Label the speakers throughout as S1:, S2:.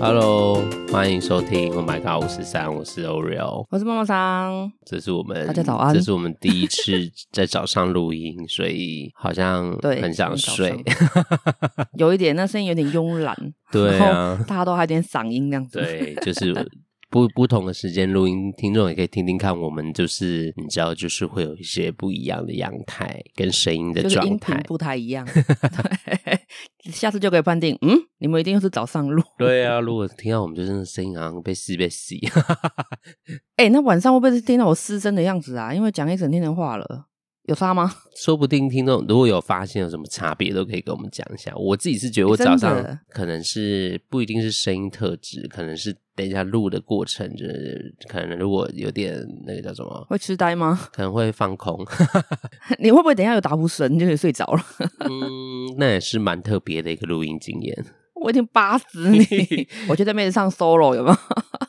S1: Hello，欢迎收听 Oh My God 五十三，我是 Oreo，
S2: 我是梦梦桑，
S1: 这是我们
S2: 大家早安
S1: 这是我们第一次在早上录音， 所以好像
S2: 对
S1: 很想睡
S2: 今，有一点那声音有点慵懒，
S1: 对
S2: 然
S1: 啊
S2: 后，大家都还有点嗓音那样子，
S1: 对，就是 不不同的时间录音，听众也可以听听看，我们就是你知道，就是会有一些不一样的样态跟声音的
S2: 就是
S1: 状
S2: 音频
S1: 态。
S2: 不太一样。对，下次就可以判定，嗯，你们一定又是早上录，
S1: 对啊，如果听到我们就真的声音好像被吸被吸，
S2: 哎、那晚上会不会听到我失声的样子啊？因为讲一整天的话了，有差吗？
S1: 说不定听众如果有发现有什么差别，都可以跟我们讲一下。我自己是觉得我早
S2: 真
S1: 上
S2: 的
S1: 可能是不一定是声音特质，可能是等一下录的过程，就是可能如果有点那个叫什 么，
S2: 会痴呆吗？
S1: 可能会放 空。
S2: 你会不会等一下有打呼声，就是睡着了？
S1: 嗯，那也是蛮特别的一个录音经验。
S2: 我已经扒死 你！我就在妹子上 solo 有没有？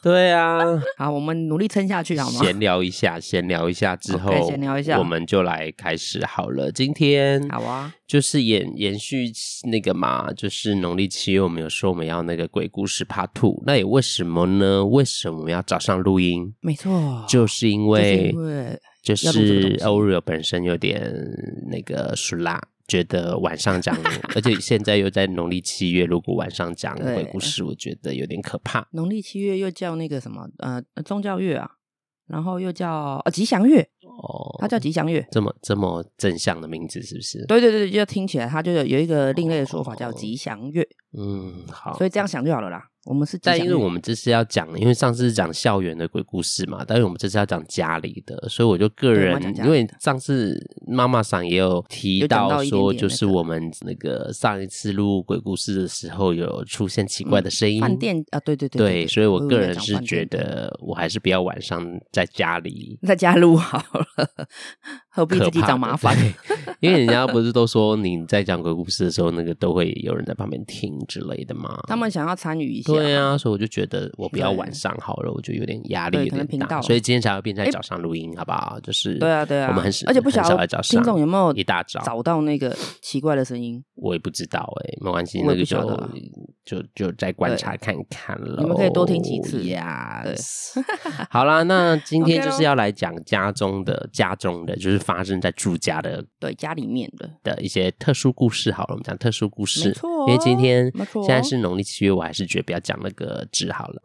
S1: 对啊，
S2: 好，我们努力撑下去好吗？
S1: 闲聊一下，闲聊一下之后
S2: OK，闲聊一下
S1: 我们就来开始好了。今天
S2: 好啊，
S1: 就是延延续那个嘛，就是农历七月，我们有说我们要那个鬼故事 Part Two，那也为什么呢？为什么要早上录音？
S2: 没错，
S1: 就是因为
S2: 哦就是因为
S1: 就
S2: 要录这个
S1: 是
S2: 东西
S1: Oreo 本身有点那个属辣，觉得晚上讲， 而且现在又在农历七月，如果晚上讲
S2: 对
S1: 鬼故事，我觉得有点可怕。
S2: 农历七月又叫那个什么呃宗教月啊，然后又叫呃吉祥月，它
S1: 哦，
S2: 叫吉祥月。
S1: 这么这么正向的名字是不是？
S2: 对对对，就听起来它就有有一个另类的说法叫吉祥月，
S1: 嗯，哦好。
S2: 所以这样想就好了啦。我们是吉
S1: 但
S2: 祥
S1: 因为我
S2: 月，
S1: 们这次要讲，因为上次是讲校园的鬼故事嘛，但是我们这次要讲家里的，所以我就个
S2: 对我
S1: 人
S2: 们要讲，家
S1: 因
S2: 里
S1: 为上次妈妈桑也有提
S2: 有讲
S1: 到
S2: 到一点
S1: 说，
S2: 点
S1: 就
S2: 那
S1: 是
S2: 个
S1: 我们那个上一次录鬼故事的时候，有出现奇怪的声音，
S2: 嗯饭店啊，对对对
S1: 对，所以我个人
S2: 我以为你
S1: 是
S2: 要讲饭
S1: 觉
S2: 店
S1: 得，我还是不要晚上在家里。
S2: 在家录好了，何必自己找麻烦？
S1: 可怕的，对因为人家不是都说你在讲鬼故事的时候，那个都会有人在旁边听之类的吗？
S2: 他们想要参与一下，
S1: 对啊，所以我就觉得我不要
S2: 对
S1: 晚上好了，我就有点压力有
S2: 对可能
S1: 点
S2: 频
S1: 大，
S2: 道
S1: 所以今天才会变在
S2: 诶
S1: 早上录音，好不好？就是
S2: 对啊对啊，
S1: 我们很少
S2: 而且不晓
S1: 很少在
S2: 得
S1: 早上
S2: 听众有没有
S1: 一大早
S2: 找到那个奇怪的 声音，
S1: 我也不知道哎，没关系，
S2: 我
S1: 那
S2: 也
S1: 个就
S2: 不晓得啊
S1: 就就再观察看看了。
S2: 你们可以多听几次
S1: Yes，好啦，那今天
S2: OK
S1: 就
S2: 咯
S1: 是要来讲家中的家中的，就是发生在住家的
S2: 对家里面的，
S1: 的一些特殊故事。好了，我们讲特殊故事，
S2: 没错哦
S1: 因为今天
S2: 没错哦
S1: 现在是农历七月，我还是觉得不要讲那个纸好了。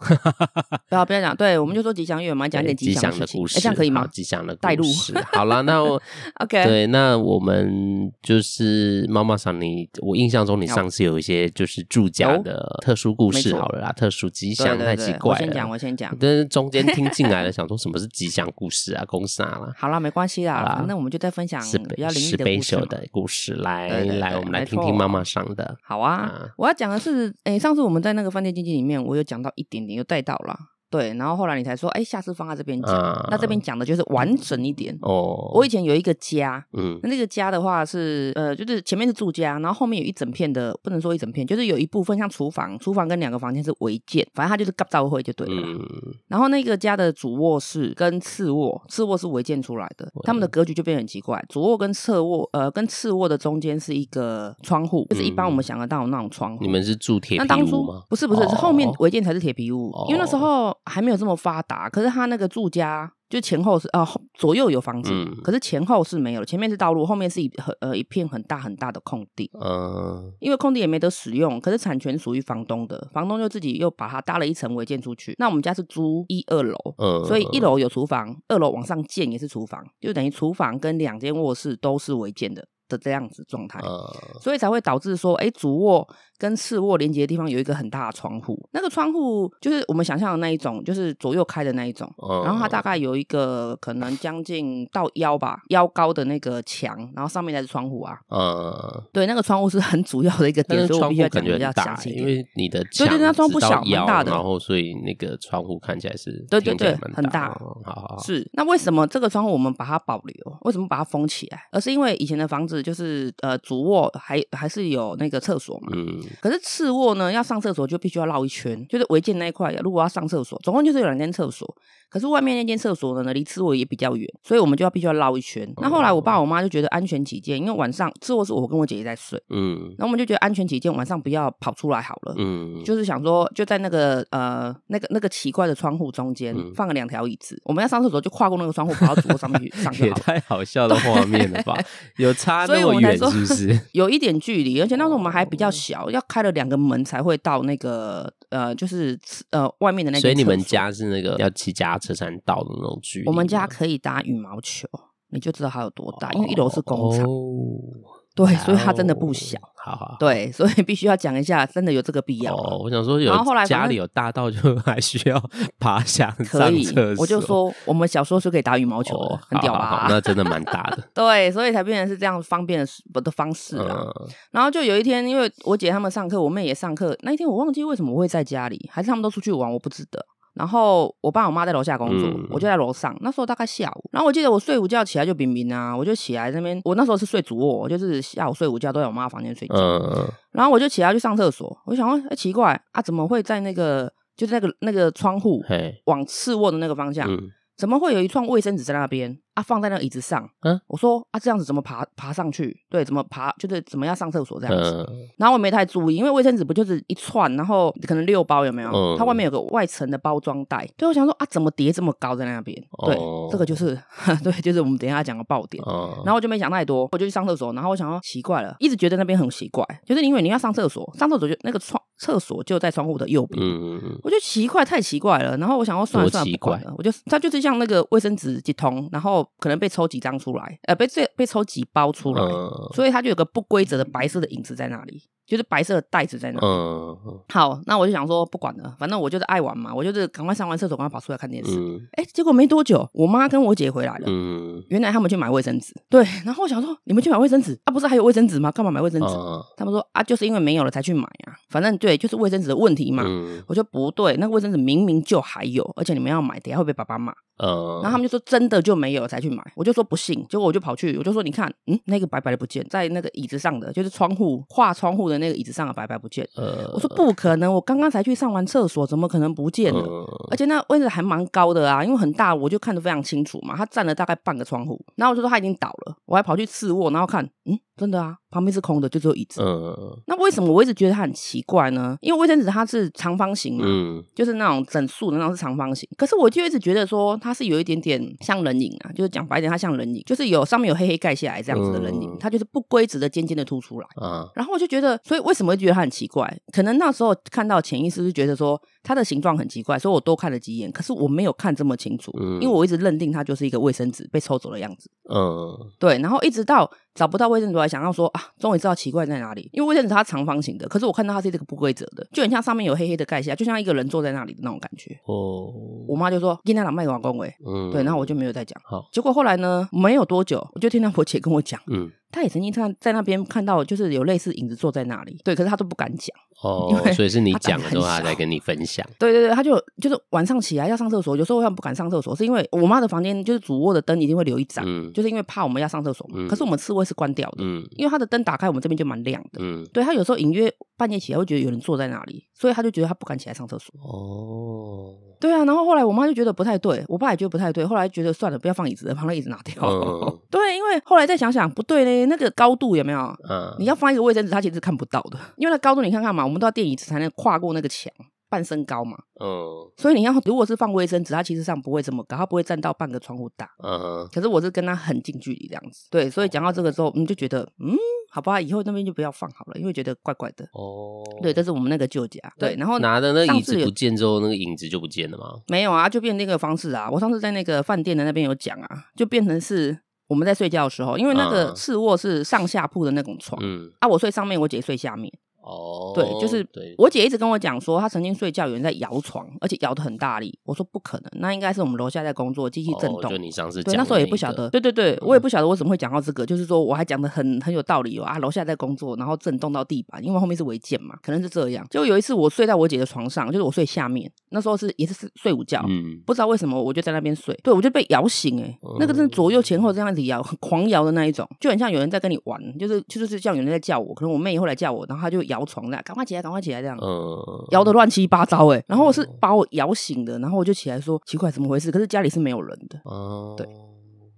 S2: 不要不要讲，对我们就说吉祥月嘛，讲一点
S1: 吉
S2: 祥
S1: 的
S2: 事情
S1: 故，事，
S2: 哎，这样可以
S1: 好
S2: 吗
S1: 吉祥的故
S2: 带路
S1: 事好了，那 我
S2: ？OK，
S1: 对，那我们就是妈妈桑，你我印象中你上次有一些就是住家
S2: 有
S1: 的特殊故
S2: 没
S1: 事，
S2: 错
S1: 好了啦，特殊吉
S2: 对
S1: 祥
S2: 对
S1: 太
S2: 对
S1: 奇怪
S2: 我先讲，
S1: 了。
S2: 我先讲。
S1: 但是中间听进来 了，想说什么是吉祥故事啊，公啥啦，
S2: 好啦，没关系
S1: 好
S2: 啦
S1: 啦，
S2: 反正我们就再分享
S1: 是
S2: 比较灵异
S1: 是
S2: 的故
S1: special
S2: 事嘛。
S1: 的故事，来
S2: 对对
S1: 来，
S2: 对
S1: 我们来
S2: 没
S1: 听
S2: 错
S1: 听妈妈桑的。
S2: 好啊，
S1: 啊
S2: 我要讲的是，哎、上次我们在那个饭店经济里面，我有讲到一点点，有带到啦。对，然后后来你才说，哎、下次放在这边讲。
S1: 啊嗯
S2: 那这边讲的就是完整一点。
S1: 哦，
S2: 我以啊前有一个家，
S1: 嗯
S2: 那那个家的话是，呃，就是前面是住家，然后后面有一整片的，不能说一整片，就是有一部分像厨房，厨房跟两个房间是违建，反正它就是盖造会就对了啦。
S1: 嗯，
S2: 然后那个家的主卧室跟次卧，次卧是违建出来的，他们的格局就变得很奇怪。主卧跟侧卧，呃，跟次卧的中间是一个窗户，就是一般我们想得到的那种窗
S1: 嗯
S2: 户。
S1: 你们是住铁
S2: 那
S1: 皮
S2: 当
S1: 屋
S2: 初
S1: 吗？
S2: 不是不是，是后面
S1: 哦
S2: 违建才是铁皮屋，因为那时候还没有这么发达。可是他那个住家就前后是呃后左右有房子，
S1: 嗯
S2: 可是前后是没有，前面是道路，后面是一很呃一片很大很大的空地。
S1: 嗯
S2: 因为空地也没得使用，可是产权属于房东的，房东就自己又把它搭了一层违建出去。那我们家是租一二楼，
S1: 嗯，
S2: 所以一楼有厨房，二楼往上建也是厨房，就等于厨房跟两间卧室都是违建的的这样子状态。
S1: 嗯
S2: 所以才会导致说，哎，主卧跟次卧连接的地方有一个很大的窗户，那个窗户就是我们想象的那一种，就是左右开的那一种。
S1: 嗯
S2: 然后它大概有一个可能将近到腰吧，腰高的那个墙，然后上面才是窗户啊。
S1: 嗯，
S2: 对，那个窗户是很主要的一个
S1: 但
S2: 点，
S1: 是
S2: 所以我
S1: 窗
S2: 必须
S1: 户感觉
S2: 要讲比
S1: 很
S2: 较
S1: 大
S2: 详
S1: 欸，
S2: 细一
S1: 因
S2: 点。
S1: 为你的
S2: 对对那窗户
S1: 直到
S2: 小蛮
S1: 腰
S2: 大的
S1: 然后所以那个窗户看起来是
S2: 对对
S1: 听起来
S2: 对
S1: 蛮
S2: 很
S1: 大
S2: 大
S1: 的哦，好好好，
S2: 是，那为什么这个窗户我们把它保留？为什么把它封起来？而是因为以前的房子就是呃主卧还还是有那个厕所嘛，
S1: 嗯，
S2: 可是次卧呢，要上厕所就必须要绕一圈，就是违建那一块，如果要上厕所，总共就是有两间厕所。可是外面那间厕所呢，离次卧也比较远，所以我们就要必须要绕一圈。那后来我爸我妈就觉得安全起见，因为晚上次卧是我跟我姐姐在睡，
S1: 嗯
S2: 然后我们就觉得安全起见，晚上不要跑出来好了。
S1: 嗯，
S2: 就是想说，就在那个呃那个那个奇怪的窗户中间、
S1: 嗯
S2: 放了两条椅子，我们要上厕所就跨过那个窗户跑到主卧上面去上就
S1: 也
S2: 好了。
S1: 太好笑的画面了 吧？有差
S2: 所以
S1: 那
S2: 我
S1: 么
S2: 们才
S1: 远
S2: 说
S1: 是不是？ 哦
S2: 有一点距离，而且那时候我们还比较小，要开了两个门才会到那个呃，就是呃外面的那间
S1: 所以你们
S2: 厕所
S1: 家是那个要骑脚踏车才能到的那种距离吗？
S2: 我们家可以打羽毛球，你就知道它有多大，因为一楼是工厂，
S1: 哦
S2: 对，所以它真的不小。。
S1: 好好，
S2: 对，所以必须要讲一下，真的有这个必要。
S1: 哦，我想说有
S2: 然后后来反正
S1: 家里有大到就 还需要爬墙
S2: 可
S1: 上
S2: 以
S1: 厕所，，
S2: 我就说我们小时候是可以打羽毛球的，
S1: 哦，
S2: 很屌吧？
S1: 好好好那真的蛮大的。
S2: 对，所以才变成是这样方便的事不的方式啊。
S1: 嗯，
S2: 然后就有一天，因为我姐她们上课，我妹也上课，那一天我忘记为什么我会在家里，还是他们都出去玩，我不记得。然后我爸我妈在楼下工作，
S1: 嗯
S2: 我就在楼上。那时候大概下午，然后我记得我睡午觉起来就冰冰啊，我就起来那边，我那时候是睡主卧，就是下午睡午觉都在我妈房间睡觉。
S1: 嗯，
S2: 然后我就起来去上厕所，我想说，哎、奇怪啊，怎么会在那个就是那个那个窗户
S1: 嘿，
S2: 往次卧的那个方向，
S1: 嗯，
S2: 怎么会有一串卫生纸在那边啊？放在那个椅子上。
S1: 嗯
S2: 我说啊，这样子怎么爬爬上去？对，怎么爬？就是怎么样上厕所这样子。
S1: 嗯，
S2: 然后我没太注意，因为卫生纸不就是一串，然后可能六包有没有？
S1: 嗯
S2: 它外面有个外层的包装袋。对，我想说啊，怎么叠这么高在那边？对，
S1: 哦
S2: 这个就是 对，就是我们等一下讲的爆点。
S1: 哦
S2: 然后我就没想太多，我就去上厕所。然后我想说奇怪了，一直觉得那边很奇怪，就是因为你要上厕所，上厕所就那个窗厕所就在窗户的右边。
S1: 嗯，嗯嗯
S2: 我就奇怪，太奇怪了。然后我想要算了
S1: 多
S2: 算了，
S1: 奇
S2: 不管
S1: 怪
S2: 了。我就它就是像那个卫生纸几桶，然后可能被抽几张出来，呃，被这被抽几包出来，
S1: 嗯
S2: 所以它就有个不规则的白色的影子在那里，就是白色的袋子在那。
S1: 嗯
S2: 好，那我就想说不管了，反正我就是爱玩嘛，我就是赶快上完厕所，赶快跑出来看电视。
S1: 嗯
S2: 哎、结果没多久，我妈跟我姐回来了。
S1: 嗯
S2: 原来他们去买卫生纸，对。然后我想说，你们去买卫生纸啊？不是还有卫生纸吗？干嘛买卫生纸？
S1: 嗯
S2: 他们说啊，就是因为没有了才去买啊。反正对，就是卫生纸的问题嘛。
S1: 嗯
S2: 我说不对，那个卫生纸明明就还有，而且你们要买，等一下会被爸爸骂。
S1: 嗯，
S2: 然后他们就说真的就没有才去买，我就说不信，结果我就跑去，我就说你看，嗯，那个白白的不见，在那个椅子上的，就是窗户画窗户的那个椅子上的白白不见。
S1: 呃，
S2: 我说不可能，我刚刚才去上完厕所，怎么可能不见了？
S1: 嗯
S2: 而且那位置还蛮高的啊，因为很大，我就看得非常清楚嘛。他占了大概半个窗户，然后我就说他已经倒了，我还跑去次卧，然后看，嗯，真的啊，旁边是空的，就只有椅子。
S1: 嗯
S2: 那为什么我一直觉得它很奇怪呢？因为卫生纸它是长方形嘛，
S1: 嗯
S2: 就是那种整数的那种是长方形，可是我就一直觉得说它是有一点点像人影啊，就是讲白一点，它像人影，就是有上面有黑黑盖下来这样子的人影，
S1: 嗯
S2: 它就是不规则的尖尖的凸出来。
S1: 啊
S2: 然后我就觉得，所以为什么会觉得它很奇怪？可能那时候看到潜意识是觉得说它的形状很奇怪，所以我多看了几眼，可是我没有看这么清楚，
S1: 嗯
S2: 因为我一直认定它就是一个卫生纸被抽走的样子。
S1: 嗯
S2: 对，然后一直到找不到卫生纸，我还想要说啊，终于知道奇怪在哪里。因为卫生纸它长方形的，可是我看到它是这个不规则的，就很像上面有黑黑的盖下，就像一个人坐在那里的那种感觉。
S1: 哦
S2: 我妈就说：“今天老卖广公维。
S1: 嗯，”
S2: 对，然后我就没有再讲。
S1: 好，
S2: 结果后来呢，没有多久，我就听到我姐跟我讲，
S1: 嗯
S2: 她也曾经看在那边看到，就是有类似影子坐在那里。对，可是她都不敢讲。因
S1: 哦，
S2: 为
S1: 所以是你
S2: 他长
S1: 讲
S2: 得
S1: 了之后，
S2: 很
S1: 他
S2: 小
S1: 才跟你分享。
S2: 对对对，她就就是晚上起来要上厕所，有时候我不敢上厕所，是因为我妈的房间就是主卧的灯一定会留一盏，
S1: 嗯
S2: 就是因为怕我们要上厕所嘛。
S1: 嗯
S2: 可是我们次卧是关掉的，
S1: 嗯
S2: 因为她的灯打开，我们这边就蛮亮的。
S1: 嗯
S2: 对他有时候隐约半夜起来会觉得有人坐在那里，所以他就觉得他不敢起来上厕所。
S1: 哦，
S2: 对啊，然后后来我妈就觉得不太对，我爸也觉得不太对，后来觉得算了，不要放椅子了，把那椅子拿掉。
S1: 嗯
S2: 对，因为后来再想想不对嘞，那个高度有没有？
S1: 嗯，
S2: 你要放一个卫生纸，他其实是看不到的，因为那高度你看看嘛，我们都要垫椅子才能跨过那个墙，半身高嘛。
S1: 嗯
S2: 所以你要如果是放卫生纸，它其实上不会这么高，它不会占到半个窗户大。
S1: 嗯
S2: 可是我是跟他很近距离这样子，对，所以讲到这个之后，我们就觉得，嗯，好吧，以后那边就不要放好了，因为觉得怪怪的。
S1: 哦，
S2: 对，这是我们那个旧家。对，然后
S1: 拿的那个
S2: 上
S1: 椅
S2: 次
S1: 子
S2: 有
S1: 不见之后，那个影子就不见了吗？
S2: 没有啊，就变那个方式啊。我上次在那个饭店的那边有讲啊，就变成是我们在睡觉的时候，因为那个
S1: 嗯
S2: 次卧是上下铺的那种床。
S1: 嗯，
S2: 啊，我睡上面，我姐睡下面。
S1: 哦，
S2: 对，就是
S1: 对，
S2: 我姐一直跟我讲说，她曾经睡觉有人在摇床，而且摇的很大力。我说不可能，那应该是我们楼下在工作，机器震
S1: 哦
S2: 动
S1: 就。你上次
S2: 对，
S1: 讲
S2: 那时候
S1: 的嗯
S2: 也
S1: 一
S2: 不晓
S1: 个
S2: 得，，对对对，我也不晓得我怎么会讲到这个，就是说我还讲的很很有道理哦啊，楼下在工作，然后震动到地板，因为后面是违建嘛，可能是这样。就有一次我睡在我姐的床上，就是我睡下面，那时候是也是睡午觉，
S1: 嗯，
S2: 不知道为什么我就在那边睡，对我就被摇醒哎、欸
S1: 哦
S2: 那个真的左右前后这样子摇， 很狂摇的那一种，就很像有人在跟你玩，就是就是像有人在叫我，可能我妹也会来叫我，然后她就摇床那样，赶快起来，赶快起来这样。
S1: 嗯，
S2: 摇的乱七八糟哎、然后我是
S1: 哦
S2: 把我摇醒的，然后我就起来说奇怪怎么回事？可是家里是没有人的。
S1: 哦，
S2: 对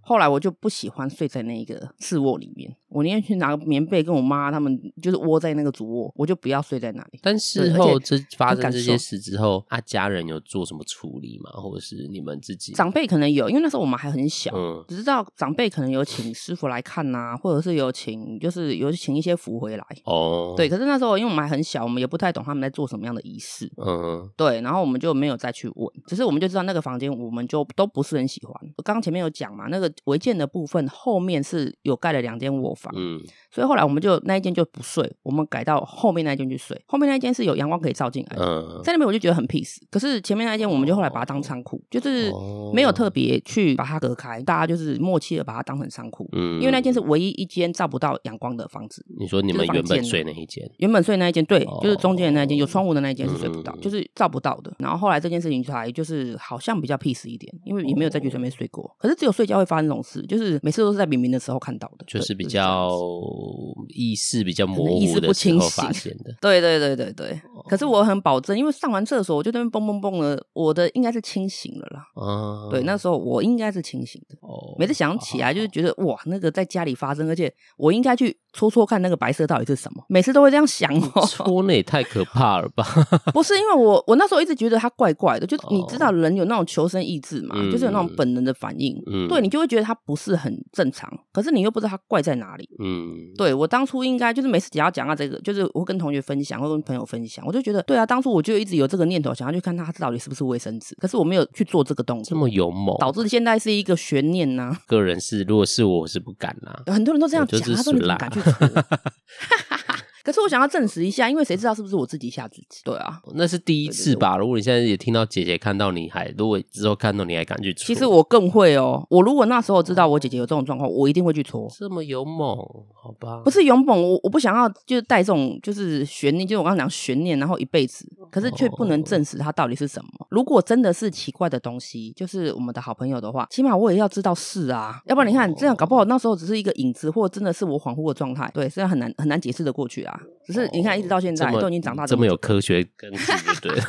S2: 后来我就不喜欢睡在那个次卧里面，我宁愿去拿个棉被跟我妈他们就是窝在那个主卧，我就不要睡在那里。
S1: 但事
S2: 对而
S1: 后
S2: 且
S1: 这发
S2: 很
S1: 生
S2: 感
S1: 这些
S2: 受
S1: 事之后，啊，家人有做什么处理吗？或者是你们自己？
S2: 长辈可能有，因为那时候我们还很小，
S1: 嗯
S2: 只知道长辈可能有请师傅来看呐、或者是有请就是有请一些符回来。
S1: 哦，
S2: 对，，可是那时候因为我们还很小，我们也不太懂他们在做什么样的仪式，
S1: 嗯
S2: 对，然后我们就没有再去问，只是我们就知道那个房间我们就都不是很喜欢。我刚刚前面有讲嘛，那个违建的部分后面是有盖了两间卧房，
S1: 嗯
S2: 所以后来我们就那一间就不睡，我们改到后面那一间去睡。后面那一间是有阳光可以照进来的，
S1: 嗯，
S2: 在那边我就觉得很 peace。可是前面那一间我们就后来把它当仓库，就是
S1: 哦
S2: 没有特别去把它隔开，大家就是默契的把它当成仓库。
S1: 嗯，
S2: 因为那间是唯一一间照不到阳光的房子，
S1: 你说你
S2: 就是
S1: 们
S2: 房
S1: 原本
S2: 间
S1: 睡那一间，
S2: 原本睡那一间，对，
S1: 哦
S2: 就是中间的那一间有窗户的那一间是睡不到，
S1: 嗯
S2: 就是照不到的。然后后来这件事情才就是好像比较 peace 一点，因为也没有
S1: 哦
S2: 再去上面睡过。可是只有睡觉会发生这种事，就是每次都是在明明的时候看到的，
S1: 就是
S2: 对
S1: 比
S2: 这样
S1: 较
S2: 子
S1: 意识比较模
S2: 能意
S1: 糊
S2: 识
S1: 的
S2: 不
S1: 时
S2: 清
S1: 候发
S2: 醒
S1: 现的。
S2: 对对对对对，可是
S1: 哦
S2: 我很保证，因为上完厕所我就在那边蹦蹦蹦了，我的应该是清醒了啦。
S1: 啊，
S2: 对，那时候我应该是清醒的，
S1: 哦
S2: 每次想起来就是觉得哇，那个在家里发生，而且我应该去戳戳看那个白色到底是什么，每次都会这样想哦。
S1: 搓那也太可怕了吧？
S2: 不是因为我我那时候一直觉得它怪怪的，就是
S1: 哦
S2: 你知道人有那种求生意志嘛，
S1: 嗯
S2: 就是有那种本能的反应，
S1: 嗯
S2: 对你就会觉得它不是很正常，可是你又不知道它怪在哪里。
S1: 嗯，
S2: 对我当初应该就是每次只要讲到这个，就是我会跟同学分享，会跟朋友分享，我就觉得对啊，当初我就一直有这个念头，想要去看它到底是不是卫生纸，可是我没有去做这个动
S1: 这
S2: 作，
S1: 么勇猛，
S2: 导致现在是一个悬念呐、
S1: 个人是如果是我，我是不敢啦、
S2: 很多人都这样
S1: 我就
S2: 讲，
S1: 是
S2: 他说你
S1: 属
S2: 怎
S1: 辣
S2: 么敢去戳？ 可是我想要证实一下，因为谁知道是不是我自己吓自己？对啊，
S1: 那是第一次吧？如果你现在也听到姐姐看到你还，如果之后看到你还敢去戳，
S2: 其实我更会哦。我如果那时候知道我姐姐有这种状况，我一定会去戳。
S1: 这么勇猛，好吧？
S2: 不是勇猛，我我不想要就是带这种就是悬念，就是我刚刚讲悬念，然后一辈子，
S1: 哦
S2: 可是却不能证实它到底是什么。如果真的是奇怪的东西，就是我们的好朋友的话，起码我也要知道是啊，要不然你看这样搞不好
S1: 哦
S2: 那时候只是一个影子，或真的是我恍惚的状态，对，虽然很难很难解释的过去啊。只是你看一直到现在
S1: 哦这么
S2: 都已经长大
S1: 这
S2: 这
S1: 么
S2: 么久，
S1: 有科学根据，对 了，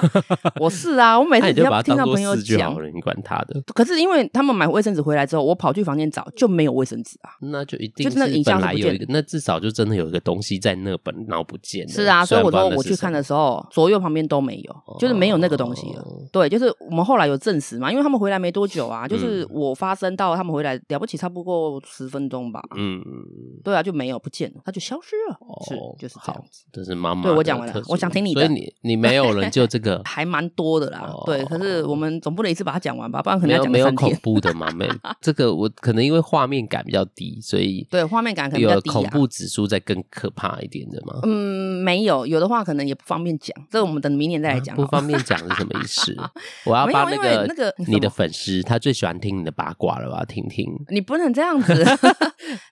S2: 我是啊，我 每
S1: 那
S2: 次
S1: 你
S2: 只
S1: 就把
S2: 要
S1: 它
S2: 听
S1: 当
S2: 到
S1: 做
S2: 朋友
S1: 事就
S2: 讲
S1: 好。了，你管他的，
S2: 可是因为他们买卫生纸回来之后，我跑去房间找就没有卫生纸啊。
S1: 那就一定
S2: 就是那个影像
S1: 本
S2: 是
S1: 来
S2: 不
S1: 有一
S2: 见
S1: 个，那至少就真的有一个东西在那本，然后不见了。
S2: 是啊，
S1: 虽
S2: 所以
S1: 然
S2: 我
S1: 不知道
S2: 说
S1: 那
S2: 我
S1: 是
S2: 去
S1: 什
S2: 看
S1: 么
S2: 的时候，左右旁边都没有，就是没有那个东西了。
S1: 哦
S2: 对，就是我们后来有证实嘛，因为他们回来没多久啊，就是
S1: 嗯
S2: 我发生到他们回来了不起差不过十分钟吧，
S1: 嗯，
S2: 对啊，就没有不见了，它就消失了，是
S1: 哦
S2: 就是这样子，
S1: 这是妈妈的特殊。
S2: 对我讲完了我想听你的
S1: 所以你你没有了，就这个
S2: 还蛮多的啦。对，可是我们总不能一次把它讲完吧，不然可
S1: 哦没
S2: 能要
S1: 有
S2: 讲
S1: 没
S2: 个
S1: 有
S2: 三
S1: 恐
S2: 天。
S1: 怖的嘛？ 没这个我可能因为画面感比较低，所以
S2: 对，画面感可能比较
S1: 有
S2: 低
S1: 恐
S2: 啊
S1: 怖指数再更可怕一点的嘛。
S2: 嗯，没有，有的话可能也不方便讲，这我们等明年再来讲好
S1: 啊不
S2: 了。
S1: 方便讲是什么意思？ 我要
S2: 没
S1: 帮
S2: 有因为
S1: 个
S2: 那个
S1: 你的
S2: 什么
S1: 粉丝，他最喜欢听你的八卦了，我要听听。
S2: 你不能这 样子，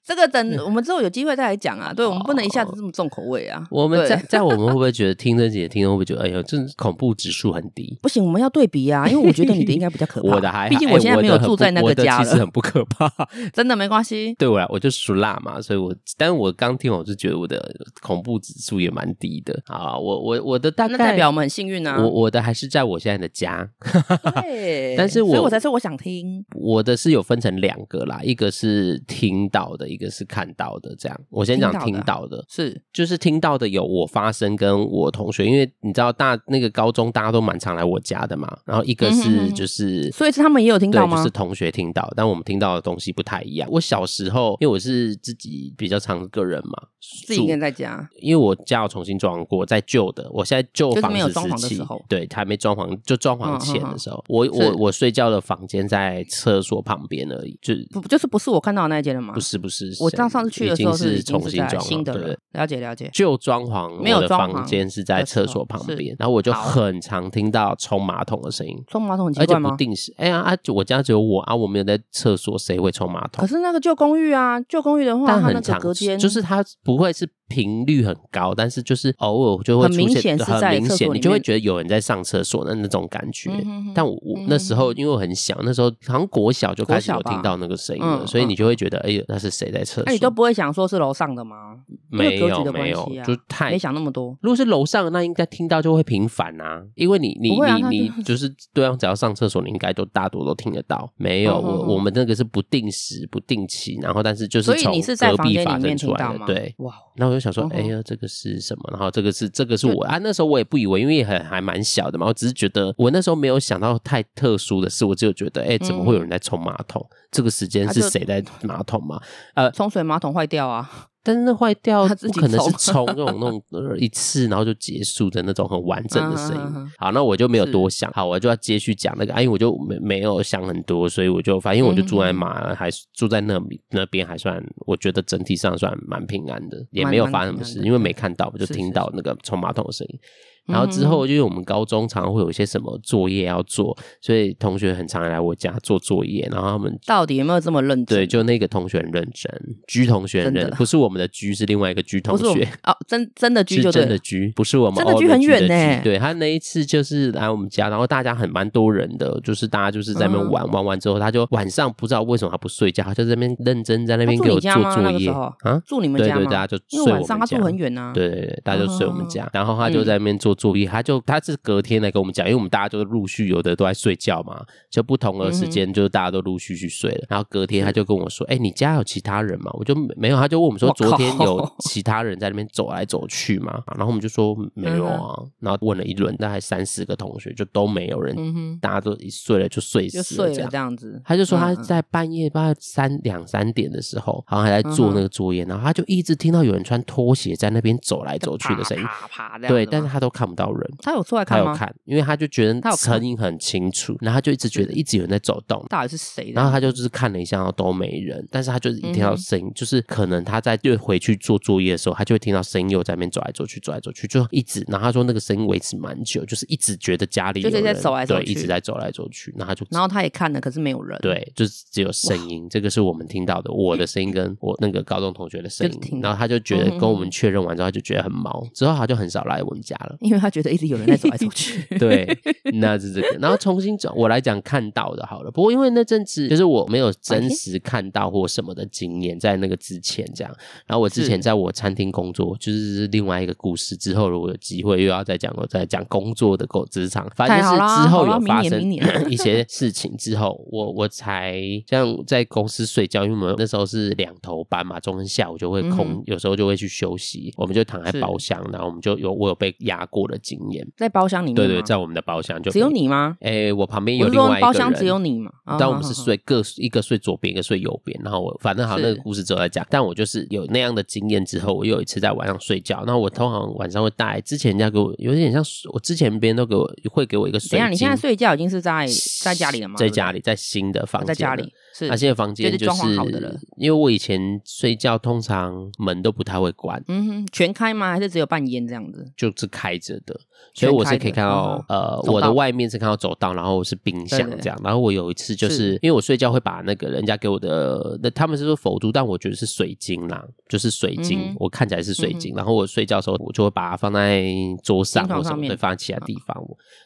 S2: 这个等我们之后有机会再来讲啊。对，我们不能一下子这么重口味啊。
S1: 哦我们
S2: 对
S1: 在在我们会不会觉得听这节听众会不会觉得哎呦，这恐怖指数很低？
S2: 不行，我们要对比啊，因为我觉得你的应该比较可怕。
S1: 我的还
S2: 毕竟
S1: 好哎
S2: 我现在没有
S1: 的很
S2: 住
S1: 不
S2: 在那
S1: 我
S2: 个
S1: 的
S2: 家
S1: 其实
S2: 了，
S1: 很不可怕。
S2: 真的没关系。
S1: 对我来，我就属辣嘛，所以我，但是我刚听完我就觉得我的恐怖指数也蛮低的啊。我我我的 大概
S2: 那代表我们很幸运啊
S1: 我。我的还是在我现在的家，
S2: 对，
S1: 但是
S2: 所以
S1: 我
S2: 我才说我想听。
S1: 我的是有分成两个啦，一个是听到的，一个是看到的。这样，我先讲听
S2: 听
S1: 到的，
S2: 是，
S1: 就是听到的有我发生跟我同学，因为你知道大那个高中大家都蛮常来我家的嘛，然后一个
S2: 嗯哼
S1: 是
S2: 哼
S1: 就是。
S2: 所以是他们也有听到
S1: 对，
S2: 吗？
S1: 就是同学听到，但我们听到的东西不太一样。我小时候，因为我是自己比较常一个人嘛，
S2: 自己一
S1: 住
S2: 个人在家，
S1: 因为我家有重新装过，在旧的，我现在旧
S2: 就是
S1: 房
S2: 没
S1: 子
S2: 有装潢
S1: 时
S2: 的
S1: 期
S2: 时候
S1: 对，还没装潢，就装潢
S2: 嗯
S1: 前
S2: 嗯
S1: 的
S2: 嗯
S1: 时候，我
S2: 是
S1: 我我睡觉的房间在厕所旁边而已，就
S2: 不就是不是我看到的那一间了吗？
S1: 不，是不是，
S2: 嗯我
S1: 是
S2: 上上次去的
S1: 已
S2: 时候
S1: 经
S2: 是
S1: 是
S2: 已经
S1: 重
S2: 是
S1: 新
S2: 在
S1: 装
S2: 新
S1: 潢，
S2: 的了
S1: 对。，
S2: 了解了解。
S1: 旧装潢，
S2: 没有
S1: 我的
S2: 装
S1: 房
S2: 潢
S1: 间是在
S2: 的时
S1: 厕
S2: 候
S1: 所旁
S2: 是
S1: 边，然后我就
S2: 好
S1: 很常听到冲马桶的声音，
S2: 冲马桶很奇
S1: 而且
S2: 怪
S1: 不
S2: 吗？
S1: 定时。哎呀啊，就我家只有我啊，我没有在厕所，谁会冲马桶
S2: 可？是那个旧公寓啊，旧公寓的话，
S1: 但
S2: 它
S1: 很
S2: 那个
S1: 常
S2: 隔间
S1: 就是它不会是频率很高，但是就是偶尔就会
S2: 很明
S1: 出现，
S2: 显是在
S1: 很明
S2: 厕所
S1: 显，
S2: 里
S1: 你就会
S2: 面
S1: 觉得有人在上厕所的那种感觉。
S2: 嗯哼哼
S1: 但我我那时候因为我很小，那时候好像国小就开始有
S2: 国小吧
S1: 听到那个声音了，
S2: 嗯啊
S1: 所以你就会觉得，哎、呦，那是谁在厕所？
S2: 那、你都不会想说是楼上的吗？
S1: 没
S2: 因为格
S1: 有
S2: 局的
S1: 没
S2: 关
S1: 有，
S2: 系啊
S1: 就太
S2: 没想那么多。
S1: 如果是楼上，那应该听到就会频繁啊，因为你你、
S2: 不会啊他
S1: 你
S2: 就
S1: 你就是对啊，只要上厕所，你应该都大多都听得到。没有，
S2: 哦哦哦
S1: 我我们那个是不定时、不定期，然后但是就是
S2: 所以
S1: 从
S2: 你是在
S1: 隔
S2: 房
S1: 壁
S2: 间
S1: 发
S2: 里面
S1: 生出
S2: 听到
S1: 来的，
S2: 吗？
S1: 对。
S2: 哇，
S1: 然后我就想说
S2: 哦，哦
S1: 哎呀，这个是什么？然后这个是这个是我啊，那时候我也不以为，因为也很还蛮小的嘛，我只是觉得我那时候没有想到太特殊的事，我只有觉得，哎，怎么会有人在冲马桶？这个时间
S2: 他
S1: 是
S2: 啊就
S1: 谁在马桶嘛？
S2: 冲水马桶坏掉啊！
S1: 但是那坏掉
S2: 他自
S1: 不
S2: 己
S1: 可能是冲
S2: 冲
S1: 那种那种呃一次然后就结束的那种很完整的声
S2: 嗯嗯嗯嗯
S1: 音。好，那我就没有多想，好，我就要接续讲那个，啊因为我就没没有想很多，所以我就反正我就住在
S2: 嗯
S1: 马，还住在那里那边还算，我觉得整体上算蛮平安的，也
S2: 蛮
S1: 没有
S2: 蛮
S1: 发生什
S2: 平
S1: 么
S2: 安
S1: 事，
S2: 的
S1: 因为没看到，我就是听
S2: 是嗯
S1: 到那个冲马桶的声音。然后之后，因为我们高中常常会有一些什么作业要做，所以同学很常来我家做作业，然后他们
S2: 到底有没有这么认真？
S1: 对，就那个同学很认真居同学很认
S2: 真的
S1: 不是我们的居，是另外一个居同
S2: 不是我们
S1: 学。
S2: 哦，真真的居
S1: 是
S2: 就对
S1: 真的
S2: 了。
S1: 居，不是我们
S2: 真的
S1: 偶尔
S2: 居很
S1: 居的
S2: 远呢
S1: 居对他那一次就是来我们家，然后大家很蛮多人的，就是大家就是在那边
S2: 嗯
S1: 玩，玩完之后他就晚上不知道为什么他不睡觉，他就在那边认真在那
S2: 他
S1: 边
S2: 住
S1: 给我
S2: 你
S1: 做
S2: 家吗？那
S1: 作
S2: 个
S1: 业
S2: 时候
S1: 啊，
S2: 住你们
S1: 对
S2: 家
S1: 对，
S2: 吗？
S1: 大家就
S2: 因
S1: 睡我
S2: 为晚
S1: 们
S2: 上他
S1: 家
S2: 住。很远啊。
S1: 对对对，大家就睡我们家，然后他就
S2: 嗯
S1: 在那边做作业，他就他是隔天来跟我们讲，因为我们大家就是陆续有的都在睡觉嘛，就不同的时
S2: 嗯
S1: 间就是大家都陆续去睡了，然后隔天他就跟我说，哎、你家有其他人吗？我就没没有，他就问我们说
S2: 我靠
S1: 昨天有其他人在那边走来走去吗？然后我们就说没有
S2: 嗯
S1: 啊，然后问了一轮，大概三四个同学就都没有人，
S2: 嗯哼，
S1: 大家都一睡了就睡
S2: 就
S1: 死了
S2: 睡
S1: 这
S2: 了
S1: 样
S2: 这。样子。
S1: 他就说他
S2: 嗯嗯
S1: 在半夜大概三两三点的时候，好像还在做
S2: 嗯
S1: 那个作业，然后他就一直听到有人穿拖鞋在那边走来走去的声音，
S2: 啪啪啪这样子
S1: 对，
S2: 吗
S1: 但是他都看不到人，
S2: 他有出来
S1: 他
S2: 看
S1: 有
S2: 吗？
S1: 看，因为他就觉
S2: 他
S1: 得
S2: 有看嗯
S1: 声音很清楚，然后他就一直觉得一直有人在走动。
S2: 到底是谁的？
S1: 然后他就就是看了一下，然后都没人，但是他就是一
S2: 嗯
S1: 听到声音，就是可能他在又回去做作业的时候，他就会听到声音又在那边走来走去，走来走去，就一直。然后他说那个声音维持蛮久，就是一直觉得家里有
S2: 就是
S1: 人
S2: 在走来走
S1: 对，一
S2: 去
S1: 直在走来走去。然后他就
S2: 然后他也看了，可是没有人。，
S1: 对，就是只有声音，这个是我们听到的，我的声音跟我那个高中同学的声
S2: 就是听
S1: 音。
S2: 到
S1: 然
S2: 嗯。
S1: 后他就觉得跟我们确认完之后，他就觉得很毛，之后他就很少来我们家了
S2: 因为他觉得一直有人在走来走去。
S1: 对，那是这个。然后重新转我来讲看到的好了，不过因为那阵子就是我没有真实看到或什么的经验，在那个之前这样。然后我之前
S2: 是
S1: 在我餐厅工作，就是另外一个故事。之后如果有机会又要再讲，我再讲工作的工职场，反正就是
S2: 太好啦
S1: 之后
S2: 好啦
S1: 有发
S2: 明年
S1: 生
S2: 明 年
S1: 一些事情之后，我我才像在公司睡觉，因为我们那时候是两头班嘛，中间下午就会空，
S2: 嗯
S1: 有时候就会去休息，我们就躺在
S2: 是
S1: 包厢，然后我们就有我有被压过的经验。
S2: 在包厢里面
S1: 对
S2: 吗
S1: 对，在我们的包厢就
S2: 只有
S1: 没。
S2: 你吗？
S1: 诶，我旁边
S2: 我
S1: 有
S2: 是
S1: 另
S2: 说
S1: 外一个人。
S2: 包厢只有你嘛？哦
S1: 但我们是。
S2: 好好好
S1: 睡各一个睡左边，一个睡右边。然后我反正好
S2: 是
S1: 那个故事之后再讲。但我就是有那样的经验之后，我又有一次在晚上睡觉，那我通常晚上会带之前人家给我有点像我之前别人都给我会给我一个水
S2: 等一下，
S1: 晶，
S2: 你现在睡觉已经是在在家里了吗？
S1: 在
S2: 对不对
S1: 家里，在新的房
S2: 哦
S1: 间，啊
S2: 在家里。是
S1: 那现在房间
S2: 就是
S1: 就
S2: 装潢
S1: 是
S2: 好的了
S1: 因为我以前睡觉通常门都不太会关，
S2: 嗯哼，全开吗？还是只有半烟这样子？
S1: 就是开着的，所
S2: 嗯全
S1: 以我是
S2: 开
S1: 可以
S2: 的
S1: 看到
S2: 嗯哼、
S1: 呃
S2: 走
S1: 我的
S2: 道
S1: 外面是看到走道，然后是冰箱
S2: 对对
S1: 这样。然后我有一次就是
S2: 是
S1: 因为我睡觉会把那个人家给我的，那他们是说佛珠，但我觉得是水晶啦，就是水晶，
S2: 嗯哼
S1: 我看起来是水晶。然后我睡觉的时候，我就会把它放在桌上
S2: 冰床
S1: 或什
S2: 上
S1: 么
S2: 面
S1: 对，放在其他地方。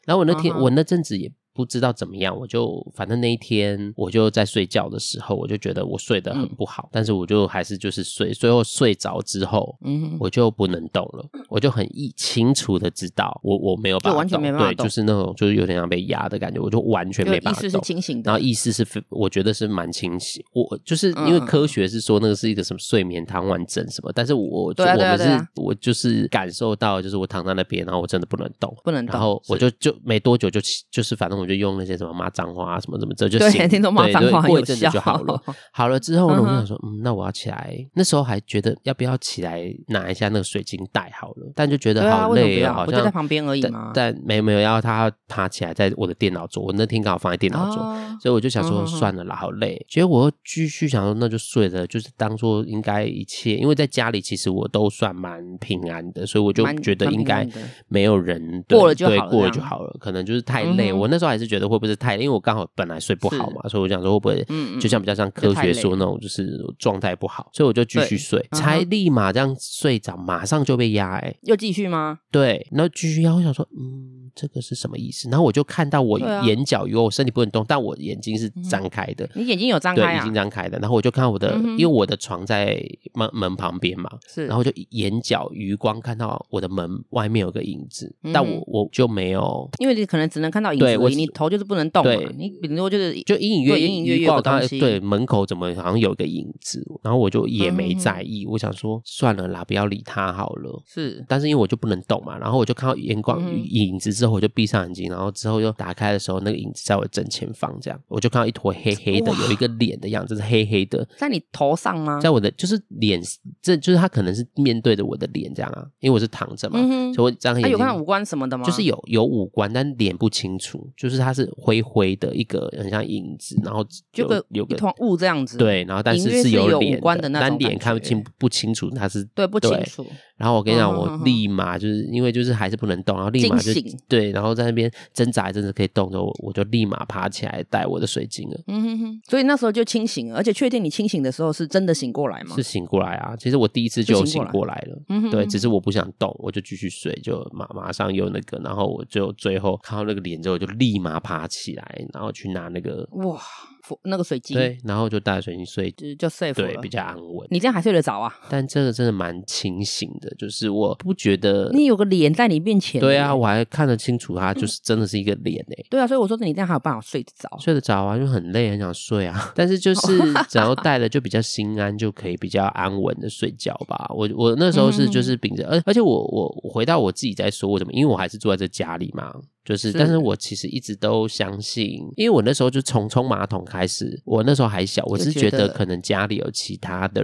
S1: 然后我那天、
S2: 嗯哼
S1: 我那阵子也。不知道怎么样，我就反正那一天我就在睡觉的时候，我就觉得我睡得很
S2: 嗯
S1: 不好，但是我就还是就是睡，最后睡着之后，
S2: 嗯哼，
S1: 我就不能动了，我就很意清楚的知道我我没有办法
S2: 就完全没办法
S1: 对，
S2: 动
S1: 就是那种就是有点像被压的感觉，我就完全
S2: 就
S1: 没
S2: 意
S1: 办法
S2: 识是
S1: 动。
S2: 清醒的，
S1: 然后意识是非，我觉得是蛮清醒。我就是因为
S2: 嗯嗯嗯
S1: 科学是说那个是一个什么睡眠瘫痪症什么，但是我就
S2: 对啊
S1: 我
S2: 对啊
S1: 们
S2: 对啊
S1: 是我就是感受到，就是我躺在那边，然后我真的不能动，
S2: 不能动
S1: 然后我
S2: 是
S1: 就就没多久就起就是反正我就用那些什么骂脏话啊什么什么这就
S2: 对
S1: 醒了，
S2: 听说骂
S1: 对
S2: 脏
S1: 就
S2: 话很
S1: 过一
S2: 有
S1: 阵子就
S2: 效
S1: 好 了。好了之后呢，
S2: 嗯
S1: 我就
S2: 哼
S1: 想说，嗯，那我要起来。那时候还觉得要不要起来拿一下那个水晶袋好了，但就觉得
S2: 对啊
S1: 好
S2: 为什么不
S1: 累
S2: 要
S1: 哦，好
S2: 不
S1: 像
S2: 就在旁边而已
S1: 但
S2: 吗
S1: 但没没有要他爬起来，在我的电脑桌，我那天刚好放在电脑桌，
S2: 哦
S1: 所以我就想
S2: 嗯
S1: 说
S2: 哼哼
S1: 算了啦，好累。结果我又继续想说，那就睡了，就是当做应该一切，因为在家里其实我都算蛮平安的，所以我就
S2: 蛮
S1: 觉得
S2: 蛮
S1: 应
S2: 平
S1: 该
S2: 安的
S1: 没有人
S2: 过了
S1: 对
S2: 就好了
S1: 对过了
S2: 这样
S1: 就好了。可能就是太累，
S2: 嗯哼
S1: 我那时候还是觉得会不会是太累，因为我刚好本来睡不好嘛，所以我想说会不会
S2: 嗯嗯
S1: 就像比较像科学说那种，就是状态不好，所以我就继续
S2: 对
S1: 睡，
S2: 嗯哼
S1: 才立马这样睡着，马上就被压哎、
S2: 又继续吗？
S1: 对，然后继续压，我想说，嗯，这个是什么意思？然后我就看到我
S2: 对啊
S1: 眼角有，我身体不能动，但我眼睛是张开的。
S2: 你眼睛有张开
S1: 对，已
S2: 啊
S1: 经？张开的，然后我就看到我的，
S2: 嗯哼
S1: 因为我的床在门门旁边嘛，
S2: 是，
S1: 然后就眼角余光看到我的门外面有个影子，
S2: 嗯哼
S1: 但我我就没有，
S2: 因为你可能只能看到影子
S1: 对我
S2: 而已，
S1: 是
S2: 你头就是不能动
S1: 对
S2: 嘛。你顶多就是
S1: 就隐隐约
S2: 对
S1: 约
S2: 隐隐约约
S1: 余光
S2: 有个
S1: 到
S2: 东西
S1: 对门口怎么好像有个影子，然后我就也没
S2: 嗯哼
S1: 在意，我想说算了啦，不要理他好了。
S2: 是
S1: 但是因为我就不能动嘛，然后我就看到眼光、
S2: 嗯
S1: 影子之后，我就闭上眼睛，然后之后又打开的时候，那个影子在我正前方，这样我就看到一坨黑黑的，
S2: 哇啊
S1: 有一个脸的样子是黑黑的，
S2: 在你头上吗？
S1: 在我的就是脸，这就是他可能是面对着我的脸这样啊，因为我是躺着嘛，
S2: 嗯哼
S1: 所以我张开
S2: 他
S1: 眼
S2: 有
S1: 睛。
S2: 看到五官什么的吗？
S1: 就是有有五官，但脸不清楚，就是它是灰灰的一个很像影子，然后
S2: 就个
S1: 有有
S2: 一
S1: 个
S2: 团雾这样子。
S1: 对，然后但
S2: 隐
S1: 是是
S2: 约是有五
S1: 脸
S2: 官的那
S1: 但
S2: 种
S1: 脸
S2: 感
S1: 看不
S2: 觉
S1: 清不清楚它是
S2: 对，不清
S1: 对
S2: 楚。
S1: 然后我跟你讲，
S2: 嗯
S1: 我
S2: 嗯嗯
S1: 立马就是因为就是还是不能动，然后立马就
S2: 惊醒
S1: 对，然后在那边挣扎一阵子可以动的时候，我我就立马爬起来带我的水晶了，
S2: 嗯哼哼，所以那时候就清醒了，而且确定你清醒的时候是真的醒过来吗？
S1: 是醒过来啊。其实我第一次就有
S2: 是醒
S1: 醒过
S2: 过来
S1: 来了。
S2: 嗯哼
S1: 对，
S2: 哼
S1: 只是我不想动，我就继续睡，就马马上又那个，然后我就最后看到那个脸之后，我就立马爬起来，然后去拿那个
S2: 哇，佛那个水晶
S1: 对，然后就带水晶睡，
S2: 就就 safe
S1: 对，
S2: 了
S1: 比。较安稳。
S2: 你这样还睡得着啊？
S1: 但这个真的蛮清醒的，就是我不觉得，
S2: 你有个脸在你面前。
S1: 呃对啊，，我还看得清楚他，就是真的是一个脸欸诶、
S2: 对啊，所以我说你这样还有办法睡得着。
S1: 睡得着啊，就很累，很想睡啊。 但是
S2: 哦
S1: 就是 只要带了就比较心安，就可以比较安稳的睡觉吧。我我那时候是就是
S2: 嗯
S1: 秉着，而而且我我我回到我自己在说，我怎么，因为我还是住在这家里嘛。就是，
S2: 是
S1: 但是我其实一直都相信，因为我那时候就从冲马桶开始，我那时候还小，我
S2: 就是
S1: 觉
S2: 觉
S1: 得
S2: 得
S1: 可能家里有其他的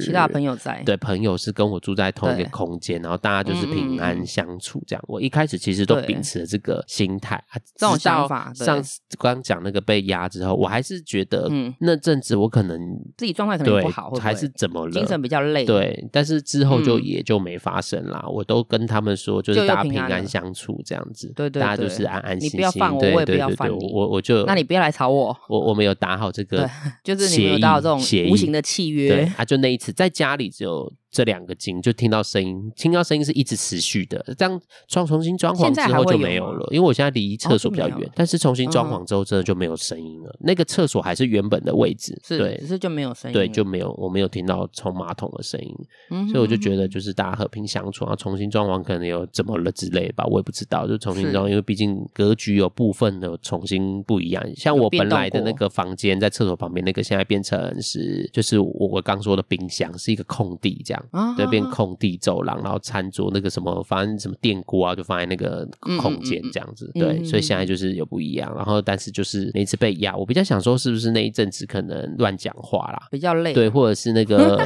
S2: 其他朋友在，
S1: 对朋友是跟我住在同一个
S2: 对
S1: 空间，然后大家就是
S2: 嗯嗯
S1: 平安
S2: 嗯
S1: 相处这样。我一开始其实都
S2: 对
S1: 秉持了这个心态啊，
S2: 这种
S1: 直到
S2: 想法对
S1: 上次刚讲那个被压之后，我还是觉得
S2: 嗯
S1: 那阵子我可能
S2: 自己状态可能
S1: 对
S2: 不好，会不会
S1: 还是怎么了，
S2: 精神比较累。，
S1: 对，但是之后就
S2: 嗯
S1: 也就没发生啦。我都跟他们说，就是
S2: 就又
S1: 大家
S2: 平
S1: 平
S2: 安
S1: 安
S2: 了
S1: 相处这样子，
S2: 对对
S1: 大家就
S2: 对
S1: 是安安
S2: 你
S1: 心
S2: 不要
S1: 心
S2: 放我
S1: 对
S2: 我也不
S1: 对
S2: 要
S1: 对
S2: 放
S1: 对
S2: 你
S1: 我我就
S2: 那你不要来吵我。
S1: 我我们有打好这 个
S2: 对，就是你
S1: 协
S2: 们有
S1: 议
S2: 到这种
S1: 协
S2: 无
S1: 议
S2: 形的契
S1: 对
S2: 约，
S1: 啊，就那一次在家里只有这两个经，就听到声音，听到声音是一直持续的。这样装重新装潢
S2: 现在
S1: 之
S2: 还
S1: 后就
S2: 会有
S1: 没有
S2: 吗
S1: 了，因为我现在离厕
S2: 哦
S1: 所
S2: 就
S1: 比较
S2: 没有
S1: 远
S2: 了，
S1: 但是重新装
S2: 嗯哼
S1: 潢之后真的就没有声音了。那个厕所还是原本的位置，
S2: 是，
S1: 对
S2: 只是就没有声音了。
S1: 对，就没有我没有听到冲马桶的声音，
S2: 嗯哼，
S1: 所以我就觉得就是大家和平相处，然后重新装潢可能有怎么了之类吧，我也不知道，就重新
S2: 是
S1: 装，因为毕竟格局有部分的重新不一样。像
S2: 有
S1: 我
S2: 变
S1: 本来
S2: 动
S1: 的那
S2: 过
S1: 个房间在厕所旁边那个，现在变成是就是我我刚说的冰箱是一个空地这样。
S2: 啊，
S1: 对，变空地走廊，然后餐桌那个什么，反正什么电锅啊，就放在那个
S2: 嗯嗯
S1: 空间
S2: 嗯嗯
S1: 这样子。
S2: 嗯
S1: 对，
S2: 嗯
S1: 所以
S2: 嗯
S1: 现在就是有不一样。然后，但是就是那一次被压，我比较想说，是不是那一阵子可能乱讲话啦？
S2: 比较累。
S1: 对，，或者是那 个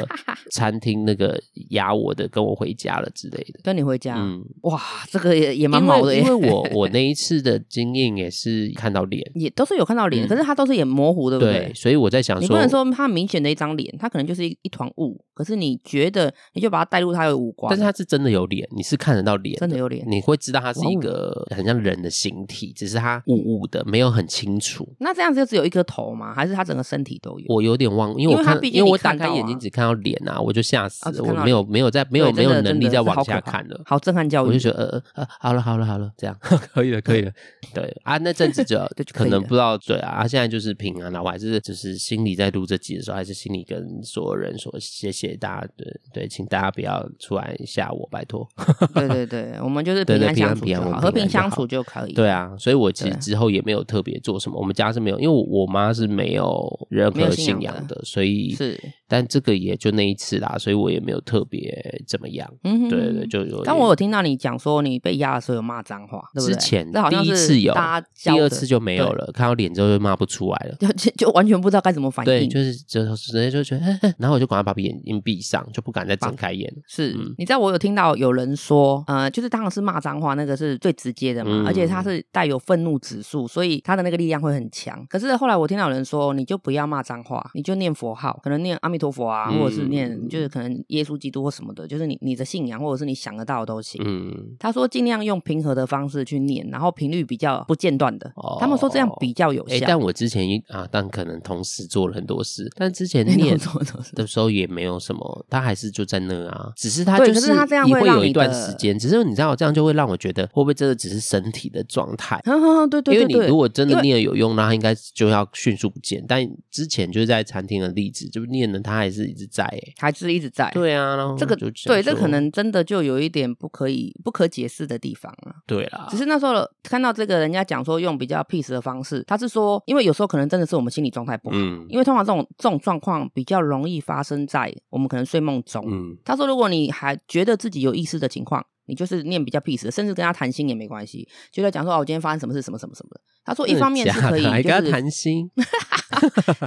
S1: 餐厅那个压我的，跟我回家了之类的。
S2: 跟你回家，
S1: 嗯，
S2: 哇，这个也也蛮
S1: 因
S2: 毛的
S1: 为
S2: 耶，
S1: 因。为 我我那一次的经验也是看到脸
S2: 也都是有看到脸，
S1: 嗯
S2: 可是他都是也模糊，对不
S1: 对，？所以我在想
S2: 你
S1: 说，
S2: 不能说他明显的一张脸，他可能就是一一团雾，可是你觉得你就把它带入他的五官，
S1: 但是他是真的有脸，你是看得到脸，
S2: 真的有脸
S1: 你会知道它是一
S2: 哇哦嗯
S1: 个很像人的形体，只是它雾雾的，没有很清楚。
S2: 那这样子就只有一颗头吗？还是他整个身体都有？
S1: 我有点忘，因为我
S2: 因为它
S1: 看，
S2: 毕
S1: 因
S2: 竟
S1: 为
S2: 你
S1: 我打
S2: 看
S1: 开
S2: 到
S1: 眼
S2: 啊
S1: 睛只看到脸啊，我就吓死
S2: 哦只
S1: 了，
S2: 看
S1: 我
S2: 到
S1: 没有没有在没有
S2: 对
S1: 没
S2: 真的
S1: 有能
S2: 真
S1: 力
S2: 的
S1: 再
S2: 是
S1: 往
S2: 好
S1: 下
S2: 可怕
S1: 看了。
S2: 好震撼教育，
S1: 我就觉得呃呃，好了好了好了，这样 可以了可以了。对啊，那阵子 就
S2: 对就
S1: 可
S2: 可以
S1: 能
S2: 了
S1: 不知道对啊，现在就是平安了。我还是就是心里在录这集的时候，还是心里跟所有人说谢谢大家，对对，请大家不要出来吓我，拜托。
S2: 对对对，我们就是
S1: 对
S2: 平
S1: 对
S2: 安相处
S1: 平
S2: 就
S1: 安平安
S2: 好，
S1: 我们
S2: 和
S1: 平安
S2: 平
S1: 就好
S2: 相处就可以。
S1: 对，啊，所以我其实
S2: 对
S1: 之后也没有特别做什么，我们家是没有，因为我我妈是没有任
S2: 没
S1: 何
S2: 有信
S1: 信仰
S2: 仰的
S1: 的，所以
S2: 是，
S1: 但这个也就那一次啦，所以我也没有特别怎么样。
S2: 嗯哼
S1: 对对对，。就有。
S2: 但我有听到你讲说你被压的时候有骂脏话，对不对？
S1: 之前
S2: 这好像
S1: 第一
S2: 是
S1: 次有
S2: 大家，教
S1: 第二
S2: 的
S1: 次就没有
S2: 对
S1: 了，看到脸之后就骂不出来了。
S2: 就就就完全不知道该怎么反
S1: 对，
S2: 应。
S1: 嗯就是就直接就觉得，然后我就赶快把眼眼紧闭上，就不敢再睁开眼。
S2: 是，
S1: 嗯
S2: 你知道我有听到有人说，呃，就是当然是骂脏话，那个是最直接的嘛，
S1: 嗯
S2: 而且它是带有愤怒指数，所以它的那个力量会很强。可是后来我听到有人说，你就不要骂脏话，你就念佛号，可能念阿弥陀佛啊，
S1: 嗯
S2: 或者是念就是可能耶稣基督或什么的，就是你你的信仰或者是你想得到的都行。
S1: 嗯，
S2: 他说尽量用平和的方式去念，然后频率比较不间断的。
S1: 哦
S2: 他们说这样比较有
S1: 哎、
S2: 效。
S1: 但我之前一啊，但可能同时做了很多事，但之 前
S2: 那
S1: 念
S2: 种什么什么
S1: 的时候也没有什么，他还是就在那啊，只是他
S2: 对
S1: 就
S2: 可是他这样
S1: 也
S2: 会
S1: 会
S2: 让
S1: 有
S2: 你
S1: 一段
S2: 的
S1: 时间，只是你知道这样就会让我觉得会不会真的只是身体的状态。
S2: 哼哼哼对对
S1: 因为
S2: 对
S1: 你
S2: 对，
S1: 如果真
S2: 因
S1: 的
S2: 为
S1: 念了有用，那他应该就要迅速不见。但之前就是在餐厅的例子，就念了，他还是一直在、欸。
S2: 还是一直在。
S1: 对啊，然后
S2: 这个
S1: 就想
S2: 对，这
S1: 说
S2: 可能真的就有一点不可以、不可解释的地方了、
S1: 对啦
S2: 只。是那时候看到这个人家讲说用比较 peace 的方式，他是说，因为有时候可能真的是我们心理状态不好，
S1: 嗯
S2: 因为通常这种这种状况比较容易发生在我们可能睡梦中。
S1: 嗯，
S2: 他说，如果你还觉得自己有意识的情况，你就是念比较 peace，的甚至跟他谈心也没关系，就在讲说哦，我今天发生什么事，什么什么什么的。他说，一
S1: 真的
S2: 方面是
S1: 假
S2: 可
S1: 的
S2: 以，
S1: 还
S2: 就
S1: 跟他
S2: 是
S1: 谈心，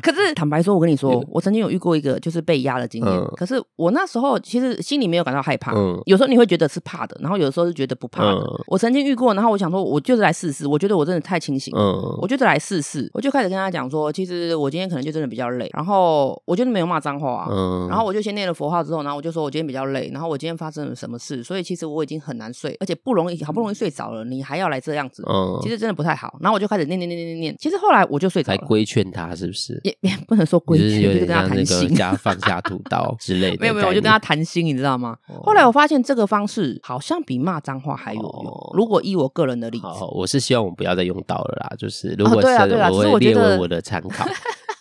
S2: 可是坦白说，我跟你说，我曾经有遇过一个就是被压的经验。
S1: 嗯
S2: 可是我那时候其实心里没有感到害 怕，
S1: 嗯
S2: 有时候你会觉得是怕的，然后有时候是觉得不怕的。
S1: 嗯
S2: 我曾经遇过，然后我想说，我就是来试试，我觉得我真的太清醒了。
S1: 嗯
S2: 我就来试试，我就开始跟他讲说，其实我今天可能就真的比较累，然后我觉得没有骂脏话啊，
S1: 嗯，
S2: 然后我就先念了佛号之后，然后我就说我今天比较累，然后我今天发生了什么事，所以其实我已经很难睡，而且不容易，好不容易睡着了，你还要来这样子，
S1: 嗯，
S2: 其实真的不太好。然后我就开始念念念念念念，其实后来我就睡着
S1: 来
S2: 了。
S1: 规劝他是不是？
S2: 也也不能说规
S1: 就是
S2: 矩，
S1: 有
S2: 就是
S1: 点像那
S2: 跟他谈
S1: 个
S2: 心。
S1: 家放下屠 刀之类的概念。
S2: 没有没有，我就跟他谈心，你知道吗？
S1: 哦
S2: 后来我发现这个方式好像比骂脏话还有
S1: 哦
S2: 用。如果依我个人的例子，
S1: 好，我是希望我不要再用到了啦。就是如果是
S2: 哦对啊对啊只是
S1: 我
S2: 我
S1: 会
S2: 觉
S1: 列
S2: 得
S1: 为我的参 考。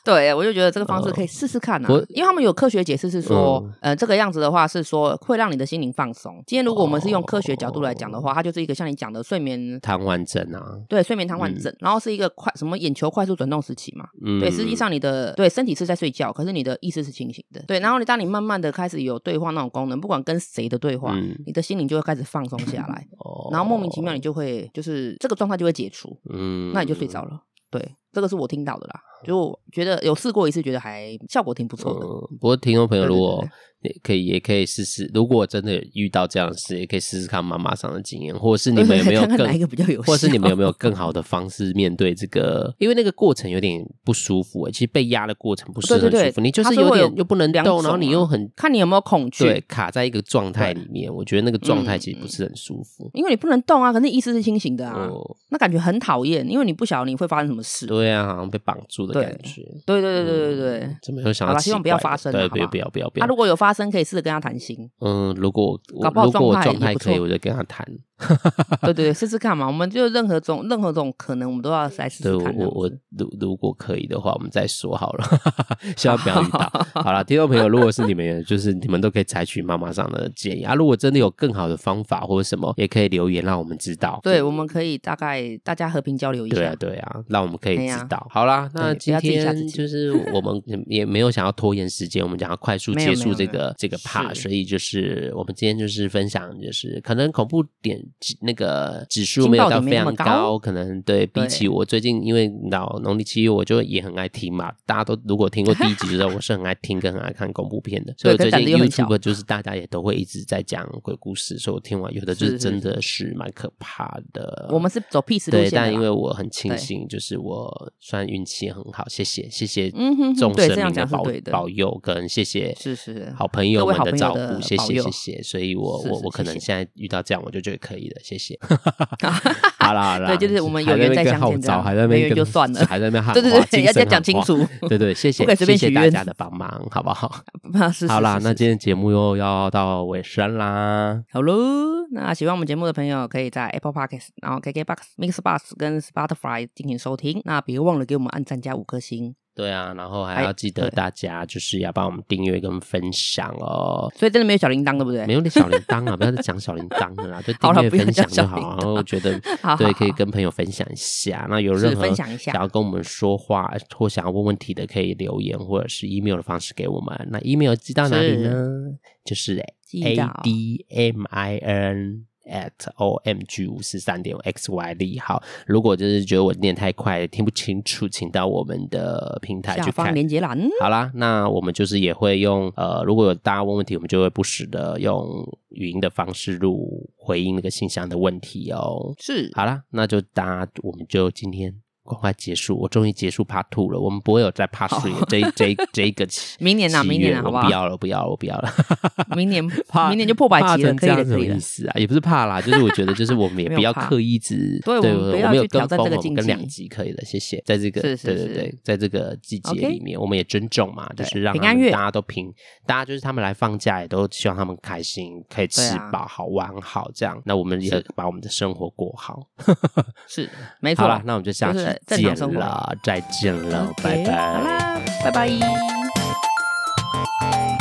S2: 对我就觉得这个方式可以试试看啊
S1: 嗯我，嗯
S2: 因为他们有科学解释是说，呃，这个样子的话是说会让你的心灵放松。今天如果我们是用科学角度来讲的
S1: 哦
S2: 话，它就是一个像你讲的睡眠。
S1: 唐完整啊，
S2: 对睡眠瘫痪症，然后是一个快什么眼球快速转动时期嘛？
S1: 嗯，
S2: 对，实际上你的对身体是在睡觉，可是你的意识是清醒的。对，然后你当你慢慢的开始有对话那种功能，不管跟谁的对话，
S1: 嗯，
S2: 你的心灵就会开始放松下来，
S1: 哦
S2: 然后莫名其妙你就会就是这个状态就会解除，
S1: 嗯
S2: 那你就睡着了。对，这个是我听到的啦，就我觉得有试过一次，觉得还效果挺不错的。
S1: 嗯，不过听众朋友，
S2: 对对
S1: 如
S2: 对
S1: 果也可以，也可以试试。如果真的遇到这样的事，也可以试试看妈妈上的经验，或者嗯 是你们有没有
S2: 看看
S1: 更
S2: 哪一个比较有效
S1: 或者是你们有没有更好的方式面对这个？因为那个过程有点不舒服、欸，其实被压的过程不是
S2: 对
S1: 很舒
S2: 对
S1: 服，
S2: 对
S1: 你就是
S2: 它是会
S1: 点
S2: 有
S1: 又不能
S2: 两
S1: 动，
S2: 种
S1: 然后你
S2: 啊
S1: 又很
S2: 看你有没有恐惧
S1: 对卡在一个状态里面。我觉得那个状态
S2: 嗯
S1: 其实不是很舒服。
S2: 因为你不能动啊，可是你意识是清醒的啊，
S1: 哦，
S2: 那感觉很讨厌，因为你不晓得你会发生什么事。
S1: 对啊，好像被绑住的
S2: 对
S1: 感觉。
S2: 对对对对对对。
S1: 嗯真没有想到
S2: 好啦
S1: 奇怪的，
S2: 希望不要发生啊
S1: 对，
S2: 好
S1: 不要
S2: 吧
S1: 不要不要不
S2: 他、
S1: 要
S2: 如。果有发生，可以试着跟他 谈心。
S1: 嗯，如果我我
S2: 搞不好
S1: 如果我
S2: 状态
S1: 状
S2: 也
S1: 态
S2: 不
S1: 可以，
S2: 错
S1: 我就跟他谈。
S2: 对对对，试试看嘛。我们就任何种任何种可能，我们都要来试
S1: 对
S2: 试
S1: 我
S2: 看这
S1: 我
S2: 样子。
S1: 我如如果可以的话，我们再说好了， 希望不要遇到。 好了，听众朋友，如果是你们有，就是你们都可以采取妈妈上的建议啊。如果真的有更好的方法或者什么，也可以留言让我们知道。
S2: 对，我们可以大概大家和平交流一下。
S1: 对啊，对啊，让我们可以
S2: 哎
S1: 知
S2: 呀
S1: 道。好啦，那
S2: 对不
S1: 今
S2: 要自己吓
S1: 天
S2: 自己
S1: 就是我们 也没有想要拖延时间，我们想要快速
S2: 没有
S1: 结
S2: 没
S1: 束
S2: 有
S1: 这
S2: 没有
S1: 个这个 part，
S2: 是
S1: 所以就是我们今天就是分享，就是可能恐怖点那个指数
S2: 情
S1: 没有
S2: 报
S1: 到
S2: 点没
S1: 非
S2: 那
S1: 常
S2: 么高
S1: 可能对比
S2: 对
S1: 起我最近因为你知道农历七月，我就也很爱听嘛，大家都如果听过第一集就知道我是很爱听跟很爱看恐怖片的，所以我 最
S2: 对跟胆
S1: 近
S2: 子又很小
S1: YouTube 就是大家也都会一直在讲鬼故事，所以我听完有的就是
S2: 是
S1: 真
S2: 是
S1: 的是蛮可怕的。
S2: 我们是走 peace 路
S1: 对，
S2: 线的啦。
S1: 但因为我很庆
S2: 对
S1: 幸，就是我算运气很好，谢谢谢谢
S2: 嗯哼哼
S1: 众
S2: 对
S1: 神
S2: 这样
S1: 明的
S2: 讲是
S1: 保
S2: 对的
S1: 保佑，跟谢谢
S2: 是是
S1: 好朋友
S2: 各位
S1: 们
S2: 好
S1: 的
S2: 朋友
S1: 照
S2: 的
S1: 顾，谢
S2: 保
S1: 谢
S2: 佑
S1: 谢谢，所以我
S2: 是
S1: 我
S2: 是
S1: 我可
S2: 谢
S1: 能
S2: 谢
S1: 现在遇到这样，我就觉得可以了，谢 谢。好啦好啦，
S2: 对就是我们
S1: 还
S2: 有
S1: 在
S2: 缘
S1: 那边
S2: 再
S1: 跟
S2: 相
S1: 号
S2: 见这
S1: 召
S2: 样
S1: 还在那
S2: 没
S1: 边
S2: 缘
S1: 跟
S2: 就算了
S1: 还在那 边喊
S2: 对对
S1: 话
S2: 对
S1: 精
S2: 要
S1: 神
S2: 要讲
S1: 喊
S2: 清
S1: 话
S2: 楚
S1: 对对，谢谢
S2: 可以
S1: 谢
S2: 随便
S1: 谢
S2: 许
S1: 大
S2: 愿
S1: 家的帮忙，好不好？
S2: 啊是是
S1: 好啦，
S2: 是
S1: 那
S2: 是
S1: 今天节目又要到尾声啦，
S2: 好喽，那喜欢我们节目的朋友，可以在 Apple Podcast、然后 KKBox、Mixbox 跟 Spotify 进行收听。那别忘了给我们按赞加五颗星。
S1: 对啊，然后还
S2: 哎
S1: 要记得
S2: 对
S1: 大家就是要帮我们订阅跟分享哦。
S2: 所以真的没有小铃铛，对不对？
S1: 没有那小铃铛啊，不要再讲小铃铛了 啦，就订
S2: 好啦
S1: 阅
S2: 不要
S1: 分享就
S2: 讲小
S1: 好。
S2: 铃
S1: 然后我觉得
S2: 好好
S1: 对，可以
S2: 好
S1: 跟朋友分享一下。那有
S2: 是
S1: 任何
S2: 分享一下
S1: 想要跟我们说话或想要问问题的，可以留言或者是 email 的方式给我们。那 email 寄到哪里呢？就是
S2: 寄
S1: a
S2: 到
S1: d m i n at o m g 五四三点 x y 利好。如果就是觉得我念太快听不清楚，请到我们的平台
S2: 下
S1: 去
S2: 方
S1: 看。
S2: 连接栏。
S1: 好啦，那我们就是也会用呃，如果有大家问问题，我们就会不时的用语音的方式录回应那个信箱的问题哦。
S2: 是，
S1: 好啦，那就大家我们就今天快快结束，我终于结束 Part Two 了，我们不会有再 Part Three 了这一这一这一个期
S2: 明年啊
S1: 七
S2: 明年啊
S1: 月
S2: 好不
S1: 我
S2: 好
S1: 不要了，不要了，我不要了。
S2: 明年
S1: 怕
S2: 明年就破百
S1: 怕
S2: 集了，
S1: 成
S2: 可
S1: 这
S2: 以
S1: 样
S2: 了，
S1: 什
S2: 可
S1: 么
S2: 以了
S1: 意。思啊？也不是怕 啦，就是我觉得就是我们也
S2: 没有
S1: 不要
S2: 怕
S1: 刻意只
S2: 对我们不
S1: 我
S2: 要
S1: 们有
S2: 去挑
S1: 跟
S2: 战
S1: 风
S2: 这个
S1: 我们
S2: 禁
S1: 跟两
S2: 忌
S1: 集可以了，谢谢。在这个
S2: 是是
S1: 对对
S2: 是
S1: 对，在这个季节
S2: OK
S1: 里面我们也尊重嘛，就
S2: 对
S1: 是让
S2: 平
S1: 他
S2: 安
S1: 们
S2: 月
S1: 大家都平，大家就是他们来放假也都希望他们开心，可以吃
S2: 对啊
S1: 饱、好玩好这样。那我们也
S2: 是
S1: 把我们的生活过 好。
S2: 是，没错
S1: 好了
S2: 啦，，
S1: 那我们就下
S2: 就
S1: 次
S2: 是正常
S1: 见
S2: 生活
S1: 了，再见了，拜
S2: OK，
S1: 拜。
S2: 好啦，拜拜。